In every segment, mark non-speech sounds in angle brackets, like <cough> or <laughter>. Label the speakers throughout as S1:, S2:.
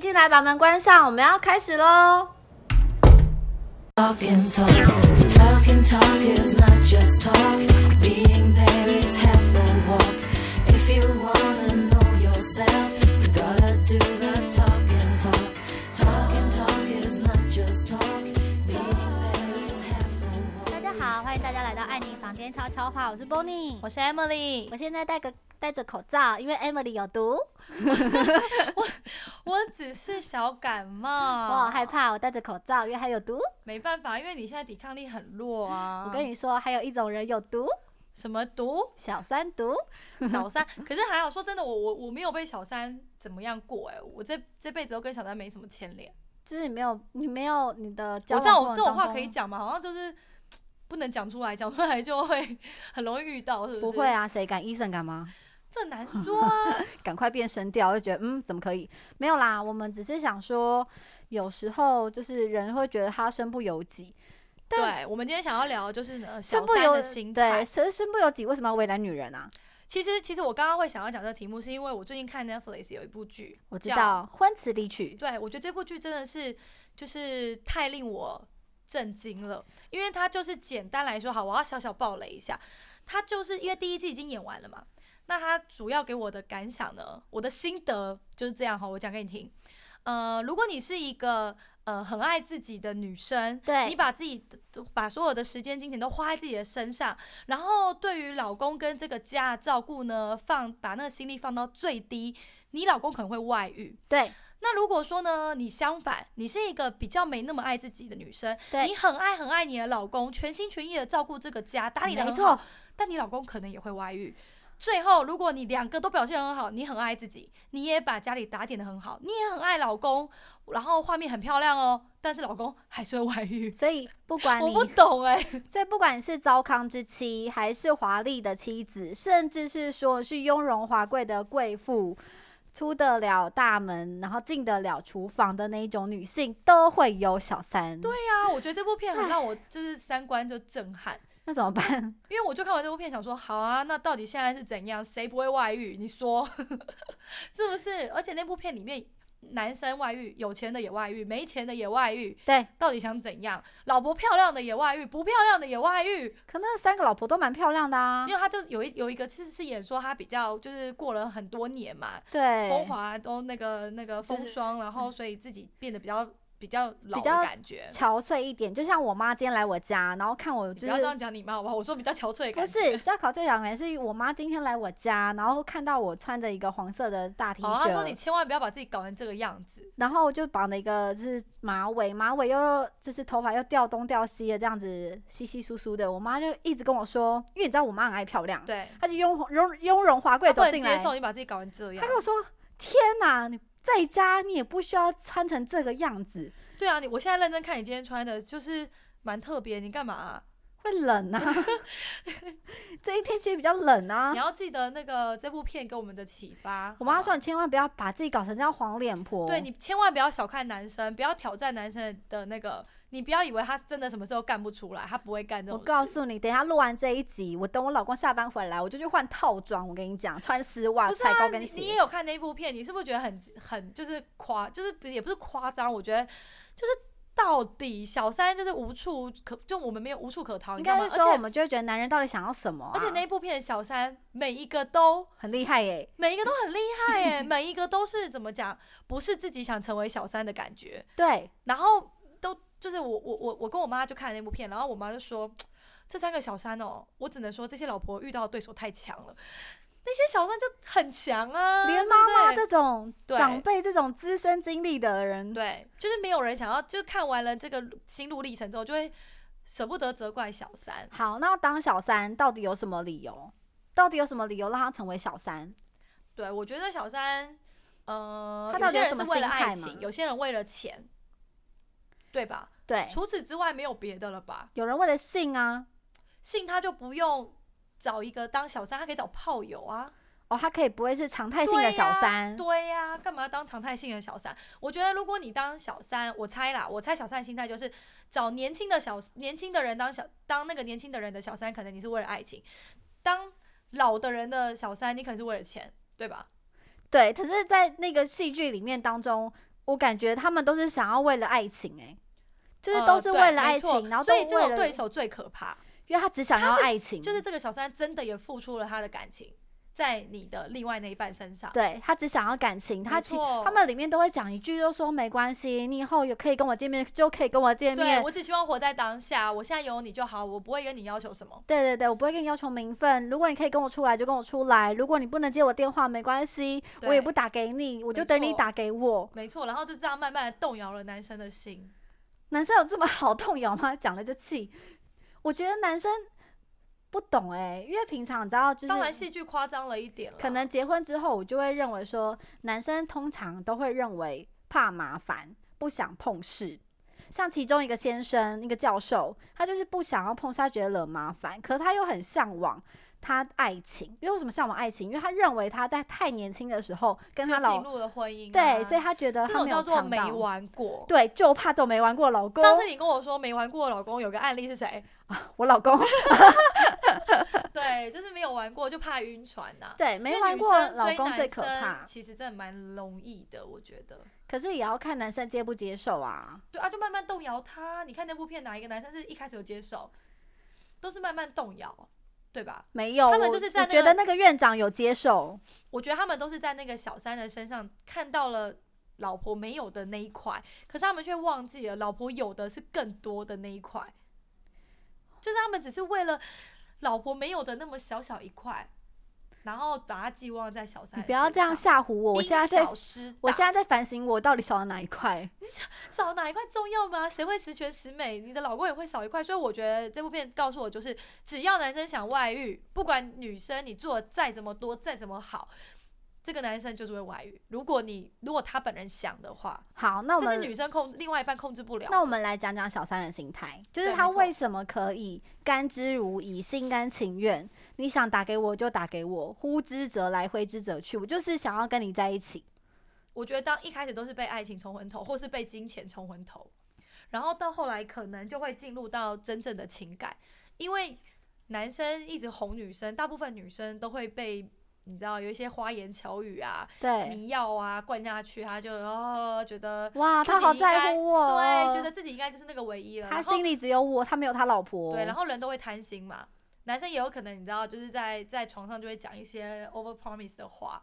S1: 进来，把门关上，我们要开始喽。
S2: Talking, talk, talking, talk is not just talk. Being there is half the walk. If you wanna know yourself, you gotta do the talking, talk. Talking, talk is not just talk. Being there is half the walk.
S3: 大家好，欢迎大家来到爱你房间悄悄话，我是 Bonnie，
S1: 我是 Emily，
S3: 我现在戴个戴着口罩，因为 Emily 有毒，
S1: 我只是小感
S3: 我
S1: 冒，
S3: 好害怕，我戴着口罩，因为还有毒。
S1: 没办法，因为你现在抵抗力很弱啊。
S3: 我跟你说，还有一种人有毒，
S1: 什么毒
S3: 小三毒。
S1: 小三，可是还好，说真的，我我我没有被小三怎么样过哎、我这这辈子都跟小三没什么牵连。
S3: 就是你没有，你没有你的交
S1: 我
S3: 往
S1: 这种
S3: 过
S1: 这
S3: 程
S1: 种话
S3: 当中
S1: 可以，讲吗？好像就是不能讲出来，讲出来就会 <laughs> 很容易遇到，是不
S3: 不
S1: 是？
S3: 会，啊，谁敢？医生敢吗？
S1: 这难说
S3: <laughs>
S1: 啊。
S3: 赶快变声调，就觉得嗯，怎么可以？没有啦，我们只是想说，有时候就是人会觉得他身不由己，
S1: 对，我们今天想要聊的就是呢，
S3: 身
S1: 小
S3: 不
S1: 三
S3: 由
S1: 的心态
S3: 对，。身身不由己，为什么要为难女人啊？
S1: 其实，其实我刚刚会想要讲这个题目，是因为我最近看 Netflix 有一部剧，
S3: 我知
S1: 叫。
S3: 道，婚词离曲，
S1: 对，我觉得这部剧真的是就是太令我震惊了，因为它就是简单来说，好，我要小小爆雷一下，它就是因为第一季已经演完了嘛，那它主要给我的感想呢，我的心得就是这样哈，我讲给你听。呃，如果你是一个呃很爱自己的女生，
S3: 对
S1: 你把自己的把所有的时间、金钱都花在自己的身上，然后对于老公跟这个家的照顾呢，放把那个心力放到最低，你老公可能会外遇。
S3: 对
S1: 那如果说呢，你相反，你是一个比较没那么爱自己的女生，
S3: 对
S1: 你很爱很爱你的老公，全心全意的照顾这个家，打理的
S3: 啊没
S1: 很
S3: 错
S1: 好，，但你老公可能也会外遇。最后，如果你两个都表现很好，你很爱自己，你也把家里打点的很好，你也很爱老公，然后画面很漂亮哦，但是老公还是会外遇。
S3: 所
S1: <laughs>
S3: 以不管
S1: 我
S3: 你，
S1: 不懂
S3: <laughs>
S1: 哎、
S3: 所以不管是糟糠之妻，还是华丽的妻子，甚至是说是雍容华贵的贵妇，出得了大门，然后进得了厨房的那一种女性，都会有小三。对，
S1: 对啊，我觉得这部片很让我就是三观就震撼。
S3: 那怎么办？ <laughs>
S1: 因为我就看完这部片，想说好啊，那到底现在是怎样？谁不会外遇？你说 <laughs> 是不是？而且那部片里面男生外遇，有钱的也外遇，没钱的也外遇，
S3: 对，
S1: 到底想怎样？老婆漂亮的也外遇，不漂亮的也外遇。
S3: 可那三个老婆都蛮漂亮的啊
S1: 因。为他就有一有一个是是演说他比较就是过了很多年嘛，
S3: 对，
S1: 风华都那个那个风
S3: 是嗯
S1: 霜，然后所以自己变得比较比较老
S3: 比
S1: 的
S3: 较
S1: 感觉。
S3: 憔悴一点，就像我妈今天来我家，然后看我
S1: 你
S3: 就
S1: 不要这
S3: 是
S1: 样讲你妈好不好？我说比较憔悴的
S3: 不
S1: 感觉。
S3: 是，比较考这两个人是我妈今天来我家，然后看到我穿着一个黄色的大 T
S1: 好、啊，他说
S3: 恤，
S1: 你千万不要把自己搞成这个样子。
S3: 然后就绑了一个就是马尾，马尾又就是头发又掉东掉西的这样子稀稀疏疏的。我妈就一直跟我说，因为你知道我妈很爱漂亮，
S1: 对，
S3: 她就雍雍雍容华贵
S1: 他
S3: 走
S1: 不能
S3: 进来，
S1: 接受
S3: 她
S1: 你把自己搞成这样
S3: 跟。我说：“天哪，你在家你也不需要穿成这个样子，
S1: 对啊，你我现在认真看你今天穿的，就是蛮特别。你干嘛啊、
S3: 会冷
S1: <laughs>
S3: 啊， <laughs> 这一天气比较冷啊
S1: 你。”要记得那个这部片给我们的启发。
S3: 我妈
S1: 好吗
S3: 说：“你千万不要把自己搞成这样黄脸婆。”
S1: 对你千万不要小看男生，不要挑战男生的那个，你不要以为他真的什么时候干不出来，他不会干这
S3: 我
S1: 种事。
S3: 告诉你，等一下录完这一集，我等我老公下班回来，我就去换套装。我跟你讲，穿丝袜、
S1: 不是
S3: 踩
S1: 啊，
S3: 高跟
S1: 你
S3: 鞋。
S1: 你也有看那部片，你是不是觉得很很就是夸，就是不是也不是夸张？我觉得就是到底小三就是无处可，就我们没有无处可逃，
S3: 应
S1: 你知道
S3: 该
S1: 吗？
S3: 是
S1: 而
S3: 说我
S1: 且
S3: 们就会觉得男人到底想要什么啊、
S1: 而且那部片的小三每一个都
S3: 很厉害耶、
S1: 每一个都很厉害
S3: <laughs>
S1: 耶，每一个都是怎么讲，不是自己想成为小三的感觉，
S3: 对，
S1: 然后都就是我我我我跟我妈就看了那部片，然后我妈就说这三个小三哦，我只能说这些老婆遇到的对手太强了，那些小三就很强啊，
S3: 连
S1: 对
S3: 妈妈
S1: 不对
S3: 这种
S1: 对
S3: 长辈、这种资深经历的人，
S1: 对，就是没有人想要，就看完了这个心路历程之后，就会舍不得责怪小三。
S3: 好，那当小三到底有什么理由？到底有什么理由让他成为小三？
S1: 对我觉得小三，呃，
S3: 他
S1: 有
S3: 到底
S1: 些
S3: 有
S1: 人
S3: 什
S1: 是
S3: 么
S1: 为了
S3: 心态
S1: 爱
S3: 嘛
S1: 情，有些人为了钱，对吧？
S3: 对，
S1: 除此之外没有别的了吧？
S3: 有人为了性啊，
S1: 性他就不用找一个当小三，他可以找炮友啊。
S3: 哦，他可以不会是常态性的小三，
S1: 对呀、干嘛当常态性的小三？我觉得如果你当小三，我猜啦，我猜小三的心态就是找年轻的小年轻的人当小当那个年轻的人的小三，可能你是为了爱情；当老的人的小三，你可能是为了钱，对吧？
S3: 对可是，在那个戏剧里面当中，我感觉他们都是想要为了爱情、欸，就是
S1: 呃
S3: 都是
S1: 对
S3: 为了
S1: 没
S3: 爱情，
S1: 错
S3: 然后都
S1: 所以这
S3: 为
S1: 种
S3: 了，嗯
S1: 对手最可怕，
S3: 因为他只想
S1: 他
S3: 要
S1: 是
S3: 爱情，
S1: 就是这个小三真的也付出了他的感情在你的另外那一半身上。
S3: 对他只想要感情，他
S1: 没
S3: 其
S1: 错
S3: 他们里面都会讲一句，就说没关系，你以后有可以跟我见面就可以跟我见
S1: 对
S3: 面。
S1: 我只希望活在当下，我现在有你就好，我不会跟你要求什么。
S3: 对对对，我不会跟你要求名分。如果你可以跟我出来，就跟我出来；如果你不能接我电话，没关系，我也
S1: 对
S3: 不打给你，我就
S1: 没
S3: 等你
S1: 错
S3: 打给我。
S1: 没错，然后就这样慢慢的动摇了男生的心。
S3: 男生有这么好动摇吗？讲了就气。我觉得男生不懂哎、因为平常你知道，就是啊
S1: 当然戏剧夸张了一点了，
S3: 可能结婚之后，我就会认为说，男生通常都会认为怕麻烦，不想碰事。像其中一个先生，一个教授，他就是不想要碰事，他觉得惹麻烦，可是他又很向往他爱情。因为为什么向往爱情？因为他认为他在太年轻的时候跟他
S1: 就进
S3: 老
S1: 入了婚姻啊、
S3: 对，所以他觉得
S1: 这
S3: 他
S1: 种
S3: 没有
S1: 叫做
S3: 尝
S1: 没
S3: 到。
S1: 玩过。
S3: 对，就怕这种没玩过老公。
S1: 上次你跟我说没玩过的老公有个案例是谁？ <laughs>
S3: 我老公
S1: 对，就是没有玩过就怕晕船呐、
S3: 对没
S1: 因为
S3: 玩
S1: 女
S3: 过
S1: 生
S3: 老
S1: 追
S3: 公
S1: 男
S3: 最可
S1: 生
S3: 怕，
S1: 其实真的蛮容易的，我觉得。
S3: 可是也要看男生接不接受啊。
S1: 对啊，就慢慢动摇他。你看那部片，哪一个男生是一开始有接受，都是慢慢动摇，对吧？
S3: 没有，
S1: 他们
S3: 我
S1: 就是在
S3: 我
S1: 那
S3: 觉
S1: 个
S3: 得那个院长有接受，
S1: 我觉得他们都是在那个小三的身上看到了老婆没有的那一块，可是他们却忘记了老婆有的是更多的那一块，就是他们只是为了老婆没有的那么小小一块，然后把它寄望在小三
S3: 你
S1: 的身上。
S3: 不要这样吓唬我。我现在在
S1: 小，失
S3: 我
S1: 大
S3: 现在在反省我到底少了哪一块。
S1: 少哪一块重要吗？谁会十全十美？你的老公也会少一块，所以我觉得这部片告诉我，就是只要男生想外遇，不管女生你做的再怎么多，再怎么好，这个男生就是会外遇。如果你如果他本人想的话，
S3: 好，那我
S1: 这是
S3: 们
S1: 女生控另外一半控制不了的。
S3: 那我们来讲讲小三的心态，就是
S1: 对
S3: 他
S1: 没错
S3: 为什么可以甘之如饴、心甘情愿？你想打给我就打给我，呼之则来，挥之则去。我就是想要跟你在一起。
S1: 我觉得当一开始都是被爱情冲昏头，或是被金钱冲昏头，然后到后来可能就会进入到真正的情感，因为男生一直哄女生，大部分女生都会被你知道有一些花言巧语啊、
S3: 对，
S1: 迷药啊灌下去，他就哦觉得、
S3: 哇，
S1: 自
S3: 他
S1: 己
S3: 好
S1: 应
S3: 在
S1: 该
S3: 乎我哦，
S1: 对，觉得自己应该就是那个唯一了。
S3: 他
S1: 然后
S3: 心里只有我，他没有他老婆。
S1: 对，然后人都会贪心嘛，男生也有可能你知道，就是在在床上就会讲一些 over promise 的话，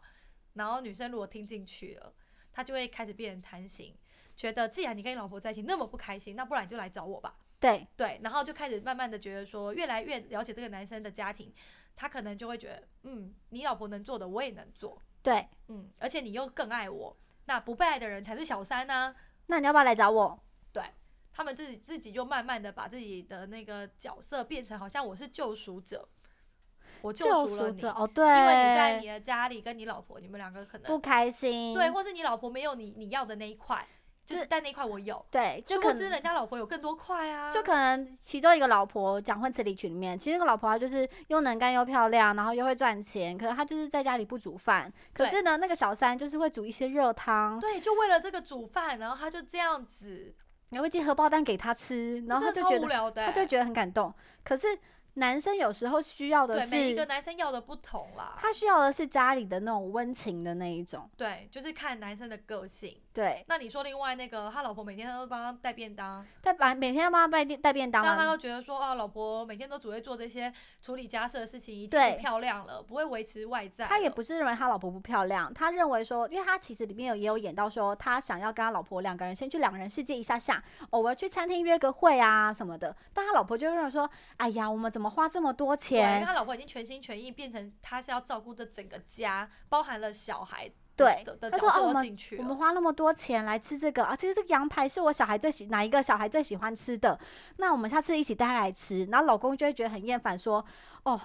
S1: 然后女生如果听进去了，她就会开始变得贪心，觉得既然你跟你老婆在一起那么不开心，那不然你就来找我吧。
S3: 对，
S1: 对，然后就开始慢慢的觉得说，越来越了解这个男生的家庭，他可能就会觉得，嗯，你老婆能做的我也能做，
S3: 对，
S1: 嗯，而且你又更爱我，那不被爱的人才是小三呐、
S3: 那你要不要来找我？
S1: 他们自己自己就慢慢的把自己的那个角色变成好像我是救赎者，我
S3: 救
S1: 赎
S3: 赎
S1: 了你，
S3: 者哦，对，
S1: 因为你在你的家里跟你老婆，你们两个可
S3: 不
S1: 能
S3: 开心，
S1: 对，或是你老婆没有你你要的那一块，就是
S3: 是
S1: 但那一块我有，
S3: 对，就
S1: 殊
S3: 可
S1: 不知
S3: 能
S1: 人家老婆有更多块啊，
S3: 就可能其中一个老婆讲婚词离曲里面，其实那个老婆她就是又能干又漂亮，然后又会赚钱，可是她就是在家里不煮饭，可
S1: 对
S3: 是呢，那个小三就是会煮一些热汤，
S1: 对，就为了这个煮饭，然后他就这样子，
S3: 你会寄荷包蛋给她吃，然后她
S1: 这
S3: 就
S1: 真
S3: 觉
S1: 的超无
S3: 得
S1: 聊的欸、
S3: 她就觉得很感动，可是男生有时候需要的
S1: 对每一个
S3: 是。
S1: 男生要的不同啦，
S3: 他需要的是家里的那种温情的那一种，
S1: 对，就是看男生的个性。
S3: 对，
S1: 那你说另外那个他老婆每天都帮他带便当，
S3: 但把每天要帮他带便带便当
S1: 那他
S3: 啊
S1: 又，觉得说，啊，老婆每天都只会做这些处理家事的事情，已经
S3: 对
S1: 不漂亮了，不会维持外在了。
S3: 他也不是认为他老婆不漂亮，他认为说，因为他其实里面有也有演到说，他想要跟他老婆两个人先去两人世界一下下，偶尔去餐厅约个会啊什么的。但他老婆就认为说，哎呀，我们怎么花这么多
S1: 对，啊因为
S3: 钱？
S1: 他老婆已经全心全意变成他是要照顾这整个家，包含了小孩的，
S3: 对
S1: 的的
S3: 他
S1: 角
S3: 说啊
S1: 色
S3: 我
S1: 都
S3: 们
S1: 进去哦
S3: 我
S1: 了。
S3: 们花那么多钱来吃这个啊，其实这个羊排是我小孩最喜哪一个小孩最喜欢吃的，那我们下次一起带他来吃。然后老公就会觉得很厌烦，说，哦。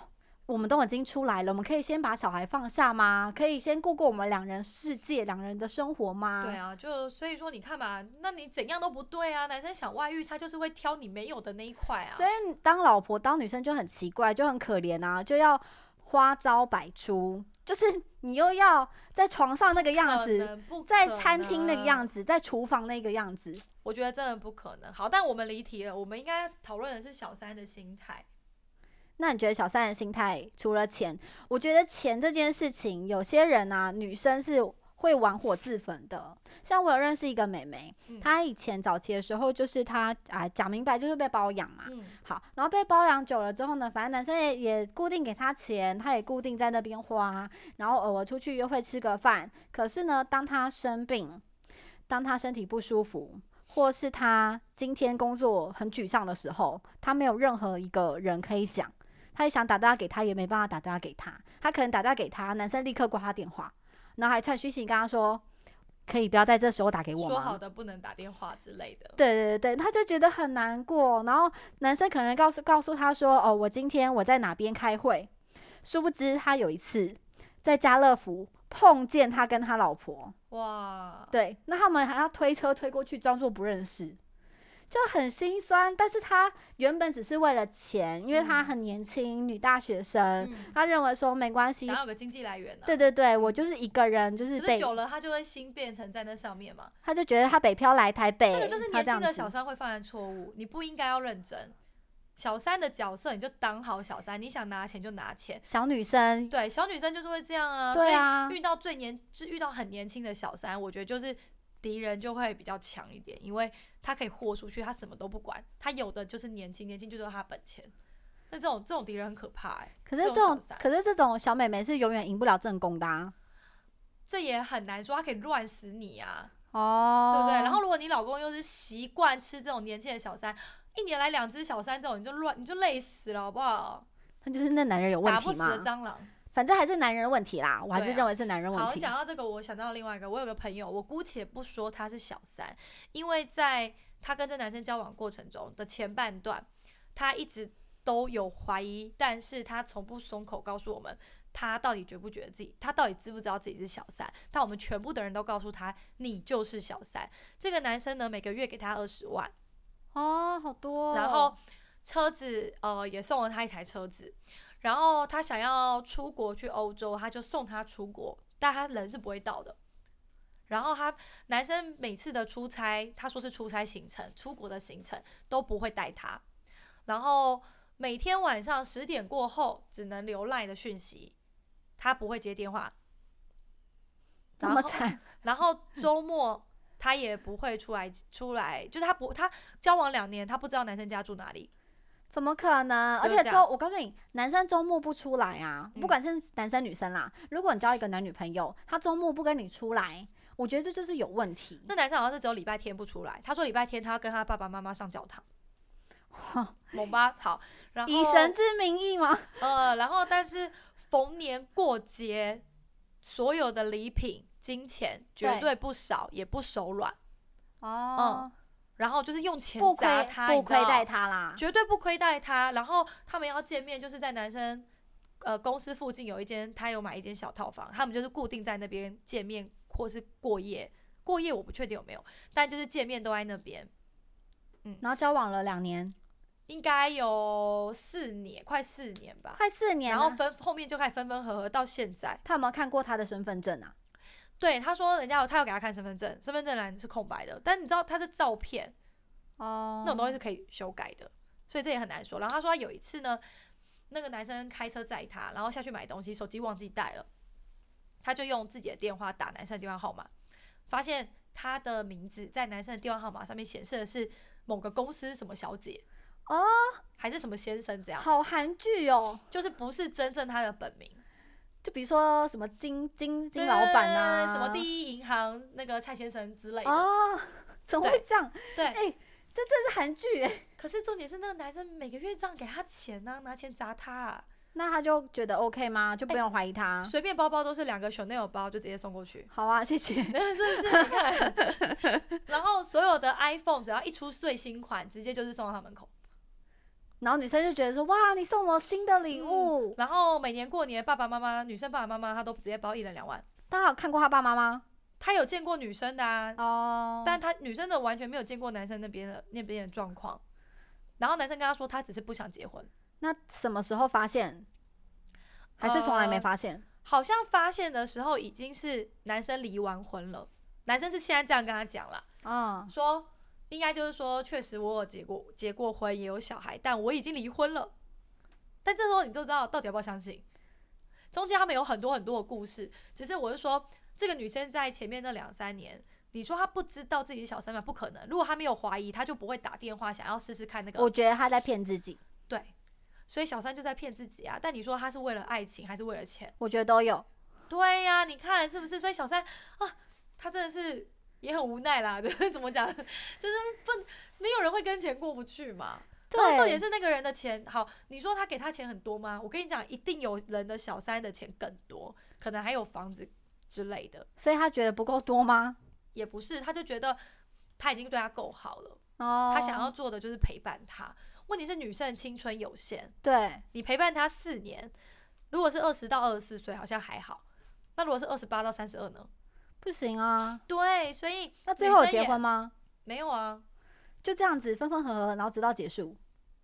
S3: 我们都已经出来了，我们可以先把小孩放下吗？可以先过过我们两人世界、两人的生活吗？
S1: 对啊，就所以说你看嘛，那你怎样都不对啊。男生想外遇，他就是会挑你没有的那一块啊。
S3: 所以当老婆当女生就很奇怪，就很可怜啊，就要花招百出，就是你又要在床上那个样
S1: 可
S3: 子，
S1: 能不
S3: 在
S1: 可
S3: 餐厅那个
S1: 能
S3: 样子，在厨房那个样子。
S1: 我觉得真的不可能。好，但我们离题了，我们应该讨论的是小三的心态。
S3: 那你觉得小三的心态除了钱，我觉得钱这件事情，有些人啊，女生是会玩火自焚的。像我有认识一个妹妹，
S1: 嗯
S3: 她以前早期的时候，就是她啊讲明白就是被包养嘛。
S1: 嗯
S3: 好，然后被包养久了之后呢，反正男生也也固定给她钱，她也固定在那边花，然后偶尔出去约会吃个饭。可是呢，当她生病，当她身体不舒服，或是她今天工作很沮丧的时候，她没有任何一个人可以讲。她也想打电话给他，也没办法打电话给他。她可能打电话给他，男生立刻挂她电话，然后还传讯息跟她说：“可以不要在这时候打给我吗？”
S1: 说好的不能打电话之类的，
S3: 对对对，他就觉得很难过。然后男生可能告诉告诉他说：“哦，我今天我在哪边开会。”殊不知他有一次在家乐福碰见他跟他老婆，
S1: 哇，
S3: 对，那他们还要推车推过去，装作不认识，就很心酸。但是他原本只是为了钱，因为他
S1: 嗯
S3: 很年轻，女大学生，
S1: 嗯，
S3: 他认为说没关系
S1: 想，要有个经济来源呢、啊
S3: 对对对，我就是一个人，就是
S1: 可是
S3: 北，
S1: 久了，他就会心变成在那上面嘛。
S3: 他就觉得他北漂来台北，
S1: 这个就是
S3: 他
S1: 年
S3: 这
S1: 轻
S3: 样
S1: 的
S3: 子。
S1: 小三会犯的错误，你不应该要认真。小三的角色你就当好小三，你想拿钱就拿钱。
S3: 小女生，
S1: 对，小女生就是会这样啊。
S3: 对啊
S1: 所以遇到最年，就遇到很年轻的小三，我觉得就是敌人就会比较强一点，因为他可以豁出去，他什么都不管，他有的就是年轻，年轻就是他本钱。那这种这种敌人很可怕哎、
S3: 可是
S1: 这
S3: 这
S1: 种
S3: 种
S1: 小，三
S3: 可是这种小美眉是永远赢不了正宫的、啊、
S1: 这也很难说，他可以乱死你啊，
S3: 哦
S1: 对不对？然后如果你老公又是习惯吃这种年轻的小三，一年来两只小三这种，你就乱你就累死了，好不好？
S3: 他就是那男人有问
S1: 打不
S3: 题
S1: 死的
S3: 嘛，
S1: 蟑螂。
S3: 反正还是男人的问题啦，我还是
S1: 对啊
S3: 认为是男人问
S1: 好，
S3: 题。
S1: 讲到这个，我想到另外一个，我有个朋友，我姑且不说他是小三，因为在他跟这男生交往过程中的前半段，他一直都有怀疑，但是他从不松口告诉我们。他到底觉不觉得自己，他到底知不知道自己是小三？但我们全部的人都告诉他，你就是小三。这个男生呢，每个月给他二十万，
S3: 哦，好多哦、
S1: 然后车子呃也送了他一台车子，然后他想要出国去欧洲，他就送他出国，但他人是不会到的。然后他男生每次的出差，他说是出差行程、出国的行程都不会带他，然后每天晚上十点过后只能留赖的讯息，他不会接电话，
S3: 这
S1: 然
S3: 么
S1: 后 <laughs>
S3: 惨，
S1: 然后周末他也不会出来出来，就是他不他交往两年，他不知道男生家住哪里，
S3: 怎么可能？而
S1: 就
S3: 且
S1: 这
S3: 周，
S1: 样
S3: 我告诉你，男生周末不出来啊，
S1: 嗯
S3: 不管是男生女生啦，如果你交一个男女朋友，他周末不跟你出来，我觉得这就是有问题。
S1: 那男生好像是只有礼拜天不出来，他说礼拜天他要跟他爸爸妈妈上
S3: <laughs>
S1: 教堂。猛吧，好，然后
S3: 以神之名义吗？
S1: 呃，然后但是逢年过节，所有的礼品、金钱绝
S3: 对
S1: 对不少，也不手软，
S3: 哦，
S1: 然后就是用钱
S3: 嗯不亏
S1: 砸他，
S3: 不
S1: 你知道
S3: 亏待他啦。
S1: 绝对不亏待他。然后他们要见面，就是在男生呃公司附近有一间，他有买一间小套房，他们就是固定在那边见面或是过夜。过夜我不确定有没有，但就是见面都在那边。
S3: 然后交往了两年，
S1: 应该有四年，快四年吧。
S3: 快四年
S1: 然
S3: 了，
S1: 后分后面就开始分分合合到现在。
S3: 他有没有看过他的身份证啊？
S1: 对，他说人家有他有给他看身份证，身份证栏是空白的，但你知道他是照片，
S3: 哦
S1: 那种东西是可以修改的，所以这也很难说。然后他说他有一次呢，那个男生开车载他，然后下去买东西，手机忘记带了，他就用自己的电话打男生的电话号码，发现他的名字在男生的电话号码上面显示的是某个公司什么小姐
S3: 哦，
S1: 还是什么先生这样，
S3: 好韩剧哦，
S1: 就是不是真正他的本名。
S3: 就比如说什么金金金
S1: 对
S3: 老板啊，
S1: 什么第一银行那个蔡先生之类的。
S3: 哦， <laughs> 怎么会这样？
S1: 对，
S3: 哎这真是韩剧哎。
S1: 可是重点是那个男生每个月这样给他钱呐、拿钱砸他啊、
S3: 那他就觉得 OK 吗？就不用怀疑他。。
S1: 随便包包都是两个 Chanel 包就直接送过去 <laughs>
S3: 好啊，谢谢。 <laughs>
S1: 那是不是你看，然后所有的 iPhone 只要一出最新款，直接就是送到他门口。
S3: 然后女生就觉得说，哇，你送我新的礼物。
S1: 然后每年过年，爸爸妈妈、女生爸爸妈妈他都直接包一人两万。
S3: 大家有看过他爸妈吗？
S1: 他有见过女生的啊，
S3: 哦，
S1: 但他女生的完全没有见过男生那边的那边的状况。然后男生跟他说，他只是不想结婚。
S3: 那什么时候发现？还是从来没
S1: 呃
S3: 发现？
S1: 好像发现的时候已经是男生离完婚了，男生是现在这样跟他讲啦，
S3: 啊、
S1: 说应该就是说，确实我有结过结过婚，也有小孩，但我已经离婚了。但这时候你就知道到底要不要相信。中间他们有很多很多的故事，只是我是说，这个女生在前面那两三年，你说她不知道自己是小三吗？不可能。如果她没有怀疑，她就不会打电话想要试试看那
S3: 我
S1: 个。
S3: 觉得他在骗自己，
S1: 对，所以小三就在骗自己啊。但你说她是为了爱情还是为了钱？
S3: 我觉得都有。
S1: 对呀、你看是不是？所以小三啊，他真的是也很无奈啦。 <laughs> 就是怎么讲，就是不没有人会跟钱过不去嘛。然后重点是那个人的钱，好，你说他给他钱很多吗？我跟你讲，一定有人的小三的钱更多，可能还有房子之类的。
S3: 所以他觉得不够多吗？
S1: 也不是，他就觉得他已经对他够好了，
S3: 哦，
S1: 他想要做的就是陪伴他。问题是女生的青春有限，
S3: 对
S1: 你陪伴他四年，如果是二十到二十四岁好像还好，那如果是二十八到三十二呢？
S3: 不行啊。
S1: 对，所以
S3: 那最后有
S1: 女生
S3: 结
S1: 也
S3: 婚吗？
S1: 没有啊，
S3: 就这样子分分合合，然后直到结束。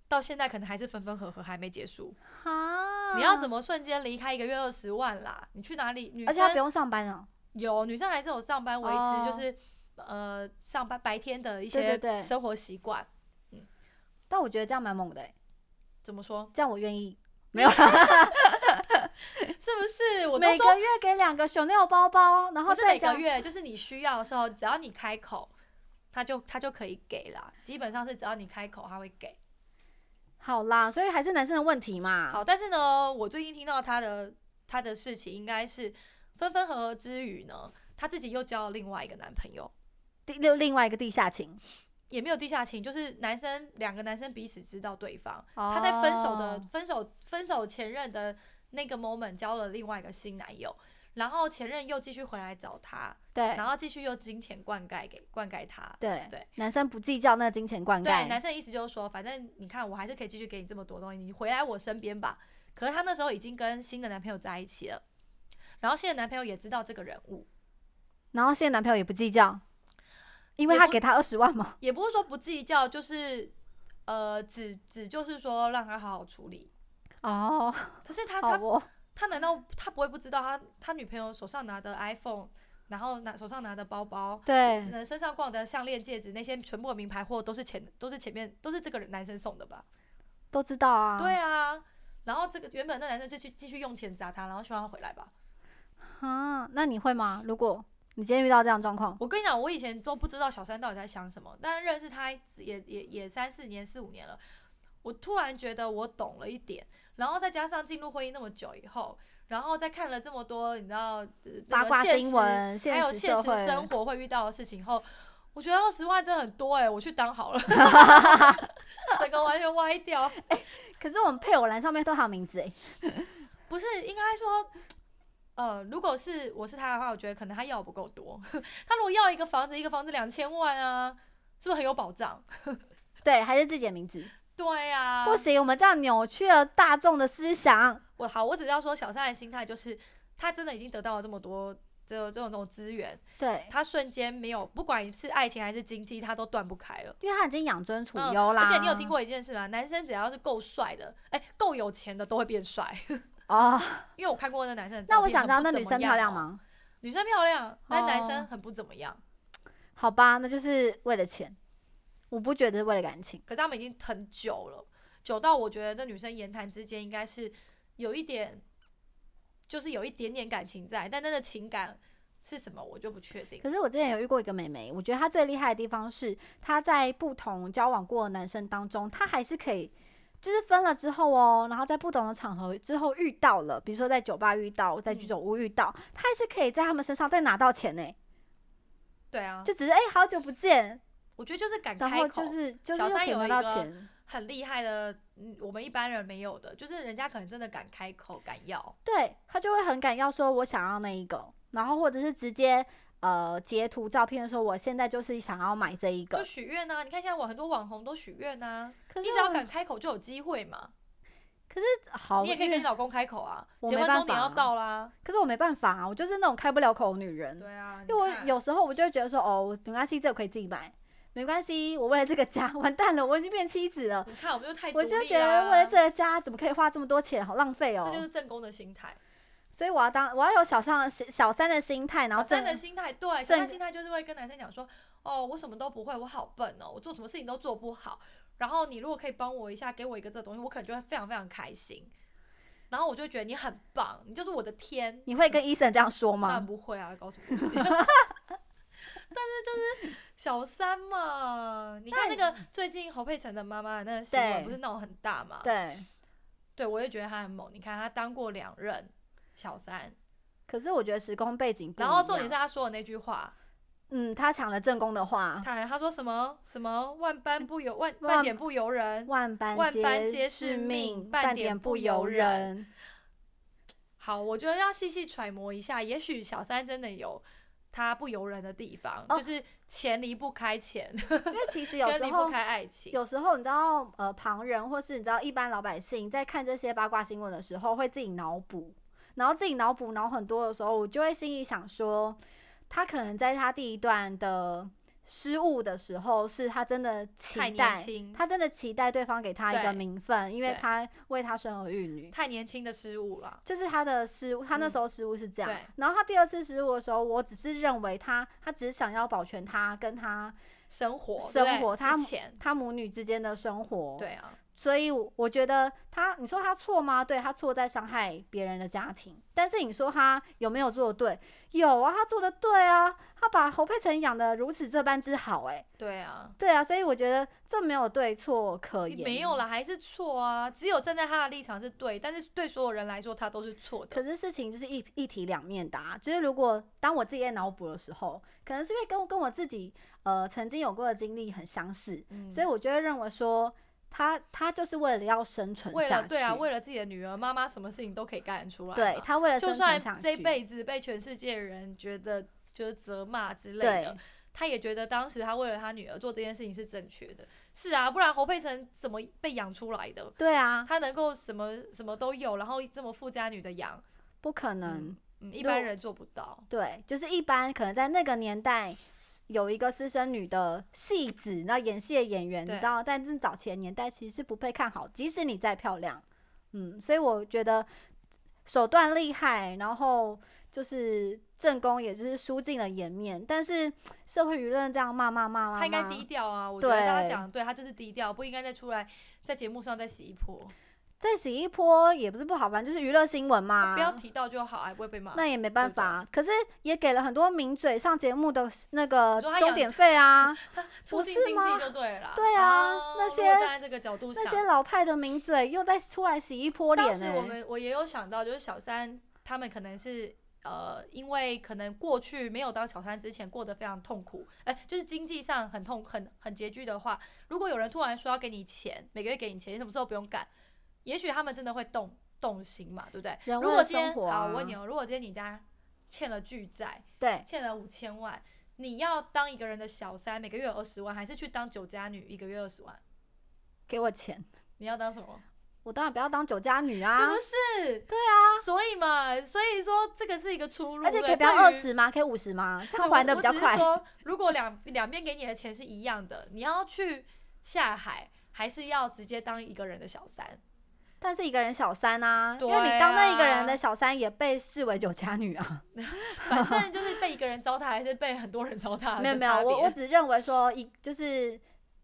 S1: 到现在可能还是分分合合，还没结束。
S3: 哈
S1: 你要怎么瞬间离开一个月二十万啦？你去哪里？女
S3: 嗯而且他不
S1: 生
S3: 用上班啊，
S1: 有女生还是有上班维
S3: 哦
S1: 持，就是、呃上班白天的一
S3: 对对
S1: 些
S3: 对
S1: 生活习惯。
S3: 但我觉得这样蛮猛的、欸，
S1: 怎么说？
S3: 这样我愿
S1: <laughs>
S3: 意。没有啦， <laughs>
S1: 是不是？我都
S3: 每
S1: 说
S3: 个月给两个 Chanel 包包，然后
S1: 不是
S3: 再
S1: 每个
S3: 讲
S1: 月，就是你需要的时候，只要你开口，他就他就可以给啦。基本上是只要你开口，他会给。
S3: 好啦，所以还是男生的问题嘛。
S1: 好，但是呢，我最近听到他的他的事情，应该是分分合合之余呢，他自己又交了另外一个男朋友，
S3: 第六另外一个地下情，
S1: 也没有地下情，就是男生两个男生彼此知道对方，他在分手的
S3: 哦
S1: 分手分手前任的那个 moment 交了另外一个新男友，然后前任又继续回来找他，
S3: 对
S1: 然后继续用金钱灌溉给灌溉他，
S3: 对
S1: 对，
S3: 男生不计较那个金钱灌
S1: 对，
S3: 溉，
S1: 男生的意思就是说，反正你看，我还是可以继续给你这么多东西，你回来我身边吧。可是她那时候已经跟新的男朋友在一起了，然后新的男朋友也知道这个人物，
S3: 然后现在男朋友也不计较，因为
S1: 也
S3: 他
S1: 不
S3: 给他二十万嘛，
S1: 也不是说不计较，就是呃，只只就是说让他好好处理。
S3: 哦，
S1: 可是他
S3: 好
S1: 他
S3: 哦，
S1: 他难道他不会不知道他他女朋友手上拿的 iPhone，然后拿手上拿的包包，
S3: 对
S1: 呃，身上逛的项链、戒指那些全部的名牌货都是前都是前面都是这个人男生送的吧？
S3: 都知道啊，
S1: 对啊，然后这个原本那男生就去继续用钱砸他，然后希望他回来吧。
S3: 啊，那你会吗？如果你今天遇到这样的状况，
S1: 我跟你讲，我以前都不知道小三到底在想什么，但认识他也也也三四年、四五年了，我突然觉得我懂了一点。然后再加上进入婚姻那么久以后，然后再看了这么多，你知道、呃
S3: 八
S1: 那
S3: 卦
S1: 个现
S3: 新
S1: 实，
S3: 闻，
S1: 还有现
S3: 社
S1: 实
S3: 会，
S1: 生活会遇到的事情后，我觉得二十万真的很多哎、我去
S3: <laughs>
S1: 当好了，整个完全歪掉。
S3: 可是我们配偶栏上面都还有名字哎，
S1: 不是，应该说，呃，如果是我是他的话，我觉得可能他要不够多。他如果要一个房子，一个房子两千万啊，是不是很有保障？
S3: 对，还是自己的名字，
S1: 对啊，
S3: 不行，我们这样扭曲了大众的思想。
S1: 我好，我只是要说小三的心态就是，他真的已经得到了这么多。这种这种这种资源，
S3: 对，
S1: 他瞬间没有，不管是爱情还是经济，他都断不开了。
S3: 因为他已经养尊处
S1: 嗯
S3: 优啦、
S1: 而且你有听过一件事吗？男生只要是够帅的，哎、够有钱的都会变帅。 <laughs>
S3: 哦？
S1: 因为我看过那男生的
S3: 那
S1: 照片，
S3: 我想知道，
S1: 很不
S3: 那女
S1: 怎么
S3: 生
S1: 样
S3: 漂亮
S1: 哦？
S3: 吗？
S1: 女生漂亮，但男
S3: 哦
S1: 生很不怎么样。
S3: 好吧，那就是为了钱，我不觉得是为了感情。
S1: 可是他们已经很久了，久到我觉得那女生言谈之间应该是有一点，就是有一点点感情在，但那个情感是什么我就不确定。
S3: 可是我之前有遇过一个妹妹，我觉得她最厉害的地方是她在不同交往过的男生当中，她还是可以，就是分了之后哦，然后在不同的场合之后遇到了，比如说在酒吧遇到，在
S1: 嗯
S3: 居酒屋遇到，她还是可以在他们身上再拿到钱呢、
S1: 哦对啊，
S3: 就只是哎、好久不见，
S1: 我觉得就是敢
S3: 然
S1: 开
S3: 后
S1: 口，
S3: 就是就是
S1: 小
S3: 又可
S1: 三
S3: 以
S1: 有
S3: 拿
S1: 一
S3: 到
S1: 个
S3: 钱。
S1: 很厉害的，嗯我们一般人没有的，就是人家可能真的敢开口、敢要。
S3: 对他就会很敢要说，我想要那一个，然后或者是直接呃截图照片说，我现在就是想要买这一个
S1: 就。许愿啊呐，你看现在我很多网红都许愿啊呐，
S3: 可
S1: 你
S3: 是
S1: 只要
S3: 我
S1: 敢开口就有机会嘛。
S3: 好，
S1: 你也可
S3: 哦
S1: 以
S3: 因
S1: 跟你
S3: 为
S1: 老公开口啊，
S3: 我
S1: 结
S3: 没
S1: 婚
S3: 办
S1: 终点
S3: 法
S1: 要
S3: 啊
S1: 到啦。
S3: 可是我没办法啊，我就是那种开不了口的女人。
S1: 对啊，
S3: 因为
S1: 你
S3: 我
S1: 看
S3: 有时候我就会觉得说，哦，没关系，这个可以自己买，没关系，我为了这个家，完蛋了，我已经变妻子了，
S1: 你看，我们就太
S3: 我
S1: 独
S3: 就
S1: 立
S3: 觉得
S1: 啦
S3: 为了这个家，怎么可以花这么多钱，好浪费哦
S1: 这。就是正宫的心态。
S3: 所以我要当，我要有小三小三的心态，然后
S1: 小三
S3: 真
S1: 的心态，对，小
S3: 正
S1: 三心态就是会跟男生讲说，哦，我什么都不会，我好笨哦，我做什么事情都做不好。然后你如果可以帮我一下，给我一个这东西，我可能就会非常非常开心。然后我就觉得你很棒，你就是我的天，
S3: 你会跟医生这样说
S1: 当然
S3: 吗？
S1: 不会啊，搞什么
S3: <laughs>
S1: 东西？但是就是小三嘛，你看那个最近侯佩岑的妈妈的那个新闻
S3: 对
S1: 不是闹很大嘛？
S3: 对，
S1: 对，我也觉得她很猛。你看她当过两任小
S3: 嗯
S1: 三，
S3: 可是我觉得时空背景不一
S1: 然
S3: 样，
S1: 后重点是她说的那句话，
S3: 嗯，他抢了正宫的话，
S1: 她她说什么什么万般不由万
S3: 万
S1: 半点不由人，
S3: 万般
S1: 万般皆
S3: 是
S1: 是
S3: 命，
S1: 命半
S3: 半
S1: 点
S3: 点
S1: 不
S3: 不
S1: 由
S3: 由
S1: 人
S3: 人。
S1: 好，我觉得要细细揣摩一下，也许小三真的有他不由人的地方，
S3: 哦
S1: 就是钱离不开钱，
S3: 因为其
S1: <laughs>
S3: 实有
S1: 跟
S3: 时
S1: 离不
S3: 候，
S1: 开爱情。
S3: 有时候你知道，呃，旁人或是你知道一般老百姓在看这些八卦新闻的时候，会自己脑补，然后自己脑补脑很多的时候，我就会心里想说，他可能在他第一段的失误的时候，是他真的期
S1: 太
S3: 待
S1: 年轻，
S3: 他真的期待对方给他一个
S1: 对
S3: 名分，因为
S1: 对
S3: 他为他生儿育女。
S1: 太年轻的失误了。
S3: 就是他的失误，他那
S1: 嗯
S3: 时候失误是这样。
S1: 对
S3: 然后他第二次失误的时候，我只是认为他，他只是想要保全他跟他
S1: 生活，
S3: 生
S1: 对不
S3: 活
S1: 对
S3: 他哦
S1: 是钱，
S3: 他母女之间的生活。，
S1: 对啊，
S3: 所以我我觉得他，你说他错吗？对他错在伤害别人的家庭，但是你说他有没有做对？有啊，他做的对啊，他把侯佩岑养的如此这般之好、欸，
S1: 对啊，
S3: 对啊，所以我觉得这没有对错可言，
S1: 没有。啦，还是错啊。只有站在他的立场是对，但是对所有人来说，他都是错的。
S3: 可是事情就是一一体两面的、啊，就是如果当我自己在脑补的时候，可能是因为跟跟我自己呃曾经有过的经历很相似，
S1: 嗯
S3: 所以我就会认为说他他就是为了要生存
S1: 为
S3: 下
S1: 了
S3: 去，
S1: 对啊，为了自己的女儿，妈妈什么事情都可以干得出来嘛。
S3: 对他为了
S1: 就
S3: 生存
S1: 算
S3: 下去，
S1: 这一辈子被全世界人觉得就是责骂之类的
S3: 对，
S1: 他也觉得当时他为了他女儿做这件事情是正确的。是啊，不然侯佩岑怎么被养出来的？
S3: 对啊，
S1: 她能够什么什么都有，然后这么富家女的养，
S3: 不可能，
S1: 嗯，一
S3: 如果
S1: 般人做不到。
S3: 对，就是一般可能在那个年代。有一个私生女的戏子，那演戏的演员，你
S1: 对
S3: 知道，在这早期的年代其实是不被看好，即使你再漂亮，嗯，所以我觉得手段厉害，然后就是正宫，也就是输尽了颜面，但是社会舆论这样骂骂骂骂骂，
S1: 她应该低调啊，我觉得大
S3: 对
S1: 家讲得对，她就是低调，不应该再出来在节目上再洗一波，
S3: 再洗一波也不是不好，反正就是娱乐新闻嘛，
S1: 不要提到就好，哎，不会被骂。
S3: 啊那也没办
S1: 对不对
S3: 法，可是也给了很多名嘴上节目的那个
S1: 你说他
S3: 钟
S1: 养
S3: 点费啊，
S1: <laughs> 她促进
S3: 不是
S1: 经
S3: 吗
S1: 济就对了啦。哦
S3: 对啊那
S1: 如果
S3: 些
S1: 站在这个角度
S3: 那
S1: 想，
S3: 些老派的名嘴又在出来洗一波脸、
S1: 当
S3: 欸，
S1: 时我们我也有想到，就是小三他们可能是。呃，因为可能过去没有当小三之前过得非常痛苦，哎、就是经济上很痛、很很拮据的话，如果有人突然说要给你钱，每个月给你钱，你什么时候不用干？也许他们真的会动动心嘛，对不对？
S3: 人
S1: 如
S3: 为
S1: 果
S3: 了
S1: 今天
S3: 生活、啊，
S1: 好，我问你哦，如果今天你家欠了巨债，
S3: 对，
S1: 欠了五千万，你要当一个人的小三，每个月有二十万，还是去当酒家女，一个月二十万？
S3: 给我钱，
S1: 你要当什么？
S3: 我当然不要当酒家女啊，
S1: 是不是？对啊，所以嘛，所以说这个是一个出路，
S3: 而且可以
S1: 对
S3: 不要
S1: 对于
S3: 二十吗？可以五十吗？这
S1: 对
S3: 样
S1: 我
S3: 还的比较
S1: 我
S3: 快
S1: 只是。说，如果两两边给你的钱是一样的，你要去下海，还是要直接当一个人的小
S3: <laughs>
S1: 三？
S3: 但是一个人小三啊，因
S1: 对
S3: 为你当那一个人
S1: 啊
S3: 的小三也被视为酒家女啊。
S1: <laughs> 反正就是被一个人糟蹋，还是被很多人糟蹋？
S3: 没有没有，我我只认为说一就是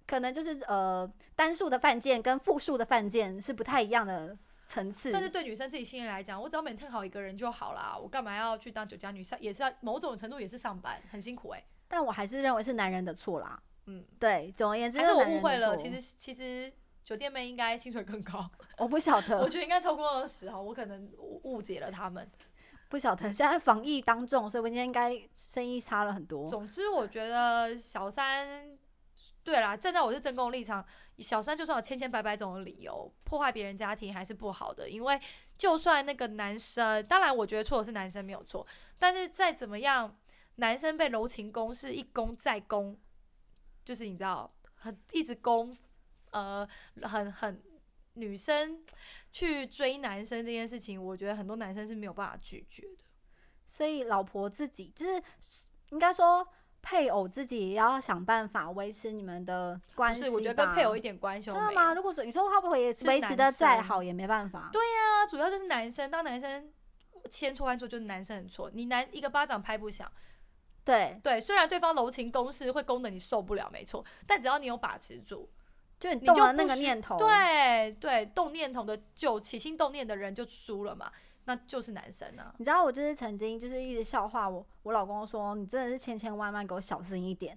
S3: 可能就是呃单数的犯贱跟复数的犯贱是不太一样的层次。
S1: <laughs> 但是对女生自己心里来讲，我只要每天好一个人就好啦，我干嘛要去当酒家女？上也是要某种程度也是上班，很辛苦哎、
S3: 但我还是认为是男人的错啦。
S1: 嗯，
S3: 对，总而言之，
S1: 还是我
S3: 男人
S1: 误
S3: 的
S1: 会
S3: 错
S1: 了，其实其实酒店妹应该薪水更高。
S3: 我不
S1: <laughs>
S3: 晓得，
S1: 我觉得应该超过二十哈，我可能误误解了他们。
S3: 不晓得，现在防疫当众，所以我今天应该生意差了很多。
S1: 总之，我觉得小三，对啦，站在我是正宫立场，小三就算有千千百百种的理由破坏别人家庭，还是不好的。因为就算那个男生，当然我觉得错的是男生没有错，但是再怎么样，男生被柔情攻势一攻再攻，就是你知道，很一直攻，呃，很很。女生去追男生这件事情，我觉得很多男生是没有办法拒绝的。
S3: 所以老婆自己就是应该说配偶自己也要想办法维持你们的关
S1: 不
S3: 系
S1: 是，
S3: 吧。
S1: 我觉得跟配偶一点关系
S3: 真
S1: 都
S3: 的
S1: 没有
S3: 吗？。如果说你说会不会也
S1: 是
S3: 维持的
S1: 男生
S3: 再好也没办法。对，
S1: 啊，主要就是男生，当男生千错万错就是男生很错，你男一个巴掌拍不响。对，虽然对方柔情攻势会攻得你受不了，没错，但只要你有把持住，
S3: 就你
S1: 你
S3: 动
S1: 就
S3: 了那
S1: 不
S3: 个
S1: 需
S3: 念头，，
S1: 对对，动念头的就起心动念的人就输了嘛，那就是男生啊。
S3: 你知道我就是曾经就是一直笑话我，我老公说你真的是千千万万给我小心一
S1: <laughs>
S3: 点。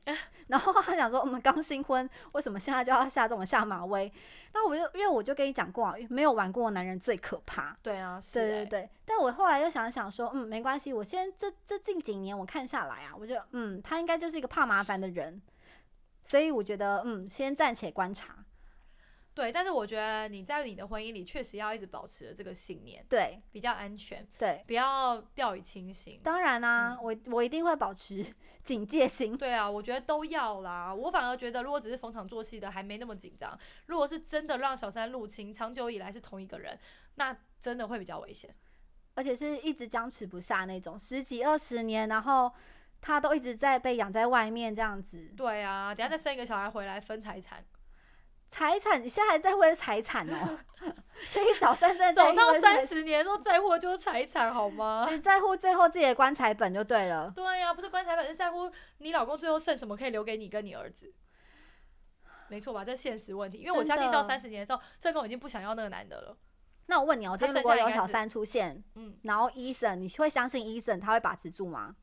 S3: 然后他想说我们刚新婚，为什么现在就要下这种下马威？那我就因为我就跟你讲过啊，没有玩过的男人最可怕。
S1: 对啊，是、
S3: 对
S1: 欸、
S3: 对对，但我后来又想想说，嗯，没关系，我现在这这近几年我看下来啊，我觉得嗯，他应该就是一个怕麻烦的人，所以我觉得嗯，先暂且观察。
S1: 对但是我觉得你在你的婚姻里确实要一直保持着这个信念，
S3: 对
S1: 比较安全，
S3: 对，
S1: 不要掉以轻心。
S3: 当然啦、
S1: 嗯
S3: 我我一定会保持 <laughs> 警戒心。
S1: 对啊，我觉得都要啦。我反而觉得，如果只是逢场作戏的，还没那么紧张。如果是真的让小三入侵，长久以来是同一个人，那真的会比较危险。
S3: 而且是一直僵持不下那种，十几二十年，然后他都一直在被养在外面这样子，
S1: 对啊，等一下再生一个小孩回来分财产，
S3: 财产你现在还在为财产
S1: <laughs>
S3: 哦，所以小三真的在
S1: 走到
S3: 乎
S1: 三
S3: 财
S1: 十年都在乎的就是财产，好吗？
S3: 只在乎最后自己的棺材本就对了。
S1: 对啊呀、不是棺材板，是在乎你老公最后剩什么可以留给你跟你儿子。没错吧？这是现实问题，因为我
S3: 真
S1: 相
S3: 的
S1: 信到三十年的时候，正宫已经不想要那个男的了。
S3: 那我问你哦，今
S1: 他
S3: 天如
S1: 剩
S3: 果
S1: 下应
S3: 有
S1: 该
S3: 小
S1: 是
S3: 三出现，
S1: 嗯，
S3: 然后 Eason，你会相信 Eason 他会把持住吗？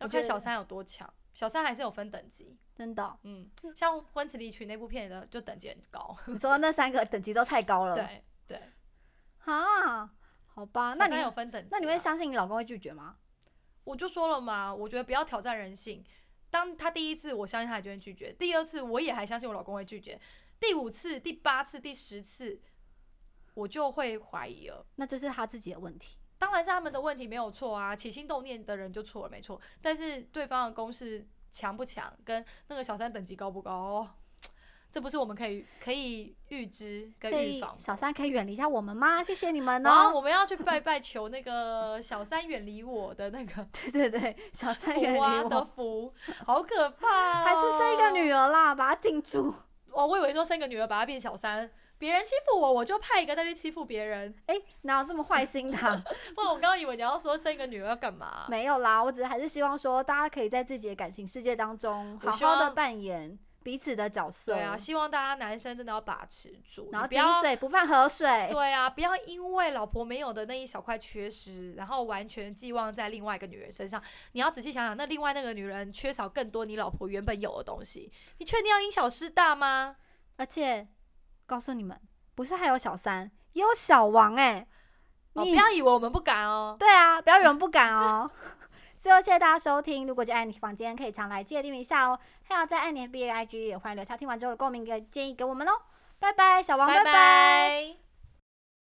S3: 我
S1: 要
S3: 觉
S1: 看
S3: 得
S1: 小三有多强，小三还是有分等级。
S3: 真的哦，
S1: 嗯，像《婚词离曲》那部片的就等级很高。
S3: 你说那三个等级都太高了，，
S1: <laughs> 对对，
S3: 啊，好吧，那
S1: 小三有
S3: 你
S1: 分等级啊。
S3: 那你会相信你老公会拒绝吗？
S1: 我就说了嘛，我觉得不要挑战人性。当他第一次，我相信他一定会拒绝；第二次，我也还相信我老公会拒绝；第五次、第八次、第十次，我就会怀疑了。
S3: 那就是他自己的问题。
S1: 当然是他们的问题没有错啊，起心动念的人就错了，没错。但是对方的攻势强不强，跟那个小三等级高不高、哦这不是我们可以可以预知跟
S3: 所
S1: 预
S3: 以
S1: 防的。
S3: 小三可以远离一下我们
S1: <laughs>
S3: 吗？谢谢你们
S1: 然后
S3: 哦。
S1: 我们要去拜拜求那个小三远离我的那个
S3: <laughs> 对对对，小三远离
S1: 福啊的
S3: 我，
S1: 福，好可
S3: <laughs>
S1: 怕、
S3: 还是生一个女。儿啦，把她定
S1: <laughs>
S3: 住。
S1: 哦，我以为说生个女儿把她变小三，别人欺负我，我就派一个再去欺负别人。
S3: 哎、哪有这么坏心的
S1: <laughs>
S3: 啊、
S1: 不然我刚刚以为你要说生一个女儿要干嘛？
S3: 没有啦，我只是还是希望说，大家可以在自己的感情世界当中好
S1: 我希
S3: 好的
S1: 望
S3: 扮演彼此的角色，
S1: 对啊，希望大家男生真的要把持住，
S3: 然后
S1: 你不
S3: 井
S1: 要
S3: 水不犯河水。
S1: 对啊，不要因为老婆没有的那一小块缺失，然后完全寄望在另外一个女人身上。你要仔细想想，那另外那个女人缺少更多你老婆原本有的东西，你确定要因小失大吗？
S3: 而且告诉你们，不是还有小三，也有小王哎、
S1: 哦，不
S3: 你
S1: 要以为我们不敢哦。
S3: 对啊，不要有人不敢哦。 <laughs> 最后谢谢大家收听，如果就爱你房间可以常来，记得订阅一下哦。还有在爱你 NBA IG 也欢迎留下听完之后的共鸣给建议给我们哦。拜拜，小王，拜
S1: 拜。